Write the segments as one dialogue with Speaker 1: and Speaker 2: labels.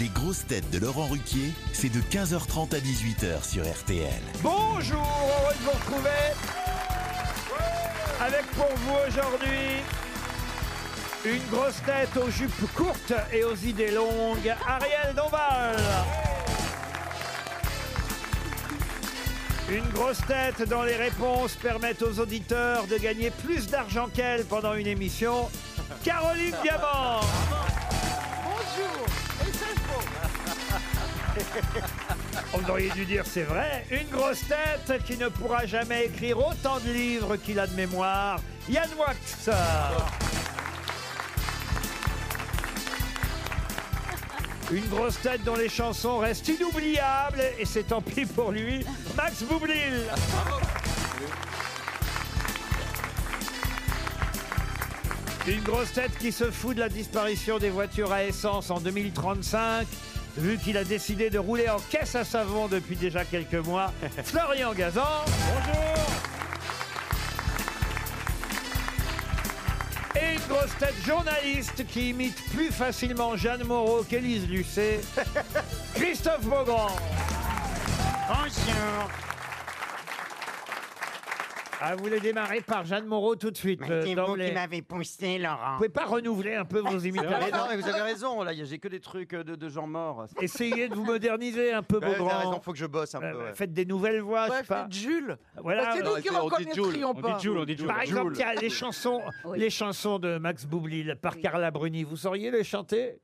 Speaker 1: Les grosses têtes de Laurent Ruquier, c'est de 15h30 à 18h sur RTL.
Speaker 2: Bonjour, heureux de vous retrouver avec pour vous aujourd'hui une grosse tête aux jupes courtes et aux idées longues, Ariel Dombal. Une grosse tête dont les réponses permettent aux auditeurs de gagner plus d'argent qu'elle pendant une émission, Caroline Diamant.
Speaker 3: Bonjour Et ça
Speaker 2: Vous auriez dû dire c'est vrai. Une grosse tête qui ne pourra jamais écrire autant de livres qu'il a de mémoire. Yann Wax. Une grosse tête dont les chansons restent inoubliables et c'est tant pis pour lui. Max Boublil. Une grosse tête qui se fout de la disparition des voitures à essence en 2035, vu qu'il a décidé de rouler en caisse à savon depuis déjà quelques mois. Florian Gazan. Bonjour. Et une grosse tête journaliste qui imite plus facilement Jeanne Moreau qu'Élise Lucet. Christophe Beaugrand. Bonjour. Ah, vous voulez démarrer par Jeanne Moreau tout de suite.
Speaker 4: Mais c'est
Speaker 2: euh,
Speaker 4: vous
Speaker 2: d'emblée.
Speaker 4: qui m'avez poussé, Laurent.
Speaker 2: Vous pouvez pas renouveler un peu vos
Speaker 5: Mais non,
Speaker 2: imitations
Speaker 5: mais vous avez raison, là, y a- j'ai que des trucs euh, de, de gens morts.
Speaker 2: Essayez de vous moderniser un peu,
Speaker 5: Ouais, vous avez
Speaker 2: Beaugrand.
Speaker 5: raison, faut que je bosse un peu.
Speaker 2: Euh,
Speaker 5: ouais.
Speaker 2: Faites des nouvelles voix, je sais pas.
Speaker 3: Jules
Speaker 2: Voilà.
Speaker 3: C'est nous qui reconnaîtrions pas
Speaker 2: Par exemple, il y a les chansons,
Speaker 6: Oui.
Speaker 2: les chansons de Max Boublil par Carla Bruni. Vous sauriez les chanter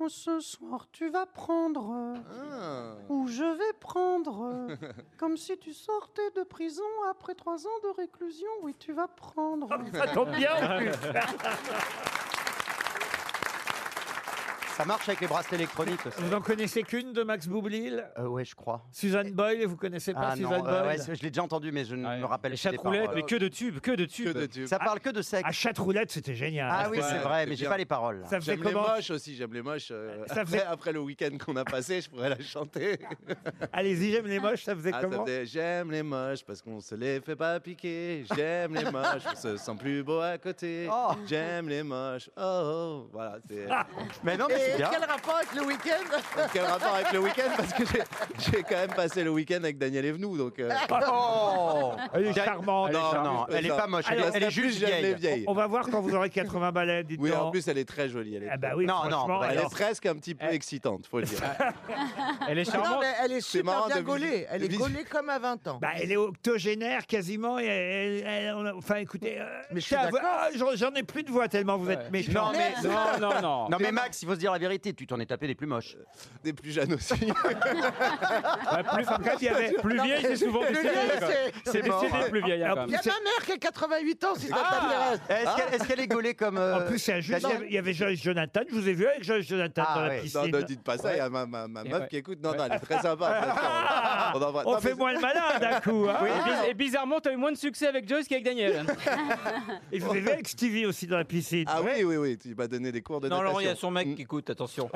Speaker 3: Oh, Ce soir, tu vas prendre euh,
Speaker 7: Ah,
Speaker 3: Ou je vais prendre euh, Comme si tu sortais de prison Après trois ans de réclusion Oui, tu vas prendre
Speaker 2: Ça tombe bien. en plus.
Speaker 5: Ça marche avec les bracelets électroniques aussi.
Speaker 2: vous en connaissez qu'une de Max Boublil
Speaker 5: Euh, ouais, je crois.
Speaker 2: Suzanne Boyle, vous connaissez pas
Speaker 5: Ah non,
Speaker 2: Suzanne
Speaker 5: euh, ouais,
Speaker 2: Boyle
Speaker 5: je l'ai déjà entendu, mais je ne me rappelle plus. des
Speaker 8: Chacroulette,
Speaker 5: paroles.
Speaker 8: mais que de tubes, que de tubes.
Speaker 5: Ça parle que de sexe.
Speaker 2: À chatroulette, c'était génial.
Speaker 5: Ah oui,
Speaker 7: ouais,
Speaker 5: c'est
Speaker 7: c'est
Speaker 5: vrai, mais j'ai
Speaker 7: bien.
Speaker 5: pas les paroles.
Speaker 2: Ça faisait
Speaker 7: J'aime les
Speaker 2: comment
Speaker 7: moches aussi, j'aime les moches. euh,
Speaker 2: Ça
Speaker 7: après,
Speaker 2: faisait-
Speaker 7: après le week-end qu'on a passé, je pourrais la chanter.
Speaker 2: Allez-y, j'aime les moches. Ça faisait
Speaker 7: Ah, ça
Speaker 2: comment
Speaker 7: faisait, J'aime les moches parce qu'on se les fait pas piquer. J'aime les moches, on se sent plus beau à côté.
Speaker 5: Oh.
Speaker 7: J'aime les moches. Oh, oh. voilà. C'est
Speaker 5: Mais non, mais c'est bien.
Speaker 4: rapport avec le week-end
Speaker 7: Donc, quel rapport avec le week-end Parce que j'ai- j'ai quand même passé le week-end avec Daniel Evenou, donc. euh,
Speaker 5: Oh
Speaker 2: Elle est charmante.
Speaker 5: Non, non,
Speaker 7: charmante.
Speaker 5: elle est pas moche, elle est-
Speaker 7: Alors,
Speaker 5: elle est
Speaker 7: en plus,
Speaker 5: juste
Speaker 7: j'aime les
Speaker 5: vieille.
Speaker 7: vieilles.
Speaker 2: On va voir quand vous aurez 80 balais, dites
Speaker 7: Oui, en
Speaker 2: donc.
Speaker 7: plus, elle est très jolie. Elle est,
Speaker 2: Ah bah oui,
Speaker 5: Non, non,
Speaker 2: franchement,
Speaker 5: bah,
Speaker 7: elle
Speaker 2: alors-
Speaker 7: est presque un petit peu excitante, faut le dire.
Speaker 8: Elle est charmante.
Speaker 4: elle est
Speaker 7: C'est marrant de visiter- de visiter-
Speaker 4: comme à 20 ans.
Speaker 2: Bah, elle est octogénaire quasiment. Et elle- elle- on a- enfin, écoutez, euh,
Speaker 4: Mais je
Speaker 2: c'est
Speaker 4: suis
Speaker 2: à vous- Ah, j'en- j'en ai plus de voix tellement vous êtes méchant.
Speaker 5: Non, mais.
Speaker 8: Non, non, non.
Speaker 5: Non mais Max, il faut se dire la vérité, tu t'en es tapé des plus moches.
Speaker 7: Des plus jeunes aussi.
Speaker 2: Bah, plus, quand il y avait-
Speaker 8: Plus vieille, c'est souvent des CD. quoi. C'est des CD plus vieille, hein,
Speaker 2: Alors,
Speaker 8: quand
Speaker 2: plus
Speaker 8: même.
Speaker 2: c'est-
Speaker 4: mère qui a 88 ans, si ça t'intéresse.
Speaker 5: Ah, Est-ce qu'elle est, est gaulée comme...
Speaker 2: en
Speaker 5: euh,
Speaker 2: plus, c'est injuste. Il y
Speaker 5: Daniel
Speaker 2: avait- Il y avait Joyce Jonathan. Je vous ai vu avec Joyce Jonathan
Speaker 5: Ah,
Speaker 2: dans la
Speaker 5: ouais.
Speaker 2: piscine.
Speaker 7: Non, ne dites pas ça, il y a ma, ma, ma
Speaker 8: Et
Speaker 7: meuf
Speaker 8: ouais.
Speaker 7: qui écoute. Non, non, elle est très sympa. bien sûr. on embrasse-
Speaker 2: On
Speaker 7: Non,
Speaker 2: fait
Speaker 7: mais-
Speaker 2: moins le malin d'un coup. hein.
Speaker 8: Et biz- Et bizarrement, t'as eu moins de succès avec Joyce qu'avec Daniel.
Speaker 2: Et je vous ai vu avec Stevie aussi dans la piscine.
Speaker 7: Ah oui, oui, oui, tu m'as donné des cours de
Speaker 9: Non,
Speaker 7: natation.
Speaker 9: Laurent, il y a son
Speaker 7: Mm.
Speaker 9: mec qui écoute, attention.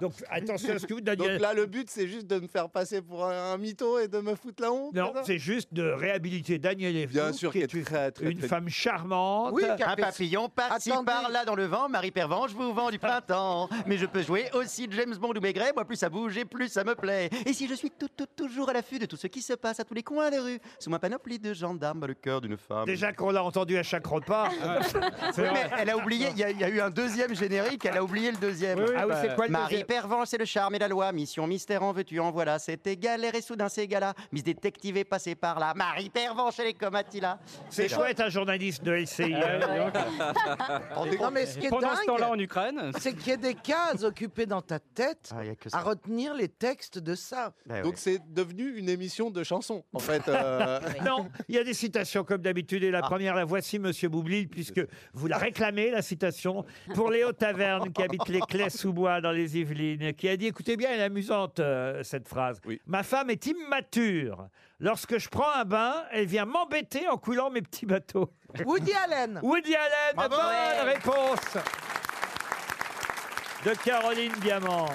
Speaker 2: Donc attention à ce que vous
Speaker 7: Donc
Speaker 2: Daniel.
Speaker 7: là, le but, c'est juste de me faire passer pour un, un mytho et de me foutre la honte
Speaker 2: Non,
Speaker 7: c'est ça
Speaker 2: c'est juste de réhabiliter Daniel Evenou,
Speaker 7: Bien sûr
Speaker 2: qui est
Speaker 7: qu'elle est très, très,
Speaker 2: une
Speaker 7: très-
Speaker 2: femme charmante.
Speaker 4: Oui, car-
Speaker 5: Un papillon par-ci
Speaker 4: Attendez.
Speaker 5: par-là dans le vent, Marie Pervenche vous vend du printemps. Mais je peux jouer aussi James Bond ou Maigret, moi plus ça bouge et plus ça me plaît. Et si je suis tout, tout, toujours à l'affût de tout ce qui se passe à tous les coins de rue, sous ma panoplie de gendarmes, le cœur d'une femme.
Speaker 2: Déjà qu'on l'a entendu à chaque repas.
Speaker 5: Oui, mais elle a oublié, il y, a- il y a eu un deuxième générique, elle a oublié le deuxième. Euh,
Speaker 8: Oui, oui,
Speaker 2: ah oui,
Speaker 8: bah,
Speaker 2: c'est quoi le
Speaker 5: Marie
Speaker 2: deuxième
Speaker 5: Pervenche, c'est le charme et la loi. Mission mystère en veux-tu, en voilà. C'était galère et soudain c'est gala. Miss détective est passée par là. Marie Pervenche, elle est comme Attila.
Speaker 2: C'est chouette un journaliste de LCI.
Speaker 8: Euh, donc,
Speaker 4: Non, mais ce qui est
Speaker 8: Pendant ce temps-là,
Speaker 4: dingue,
Speaker 8: en Ukraine.
Speaker 4: c'est qu'il y a des cases occupées dans ta tête
Speaker 5: Ah, il y a que ça.
Speaker 4: à retenir les textes de ça.
Speaker 5: Ah ouais.
Speaker 7: Donc c'est devenu une émission de chansons, en fait. euh,
Speaker 2: Non, il y a des citations comme d'habitude. Et la première, la voici, Monsieur Boublil, puisque vous la réclamez, la citation, pour Léo Taverne, qui habite les Clés-sous-Bois dans les Yvelines, qui a dit Écoutez bien, elle est amusante, euh, cette phrase.
Speaker 7: Oui.
Speaker 2: Ma femme est immature. Lorsque je prends un bain, elle vient m'embêter en coulant mes petits bateaux.
Speaker 4: Woody Allen
Speaker 2: Woody Allen, bonne
Speaker 5: Ouais.
Speaker 2: réponse de Caroline Diamant.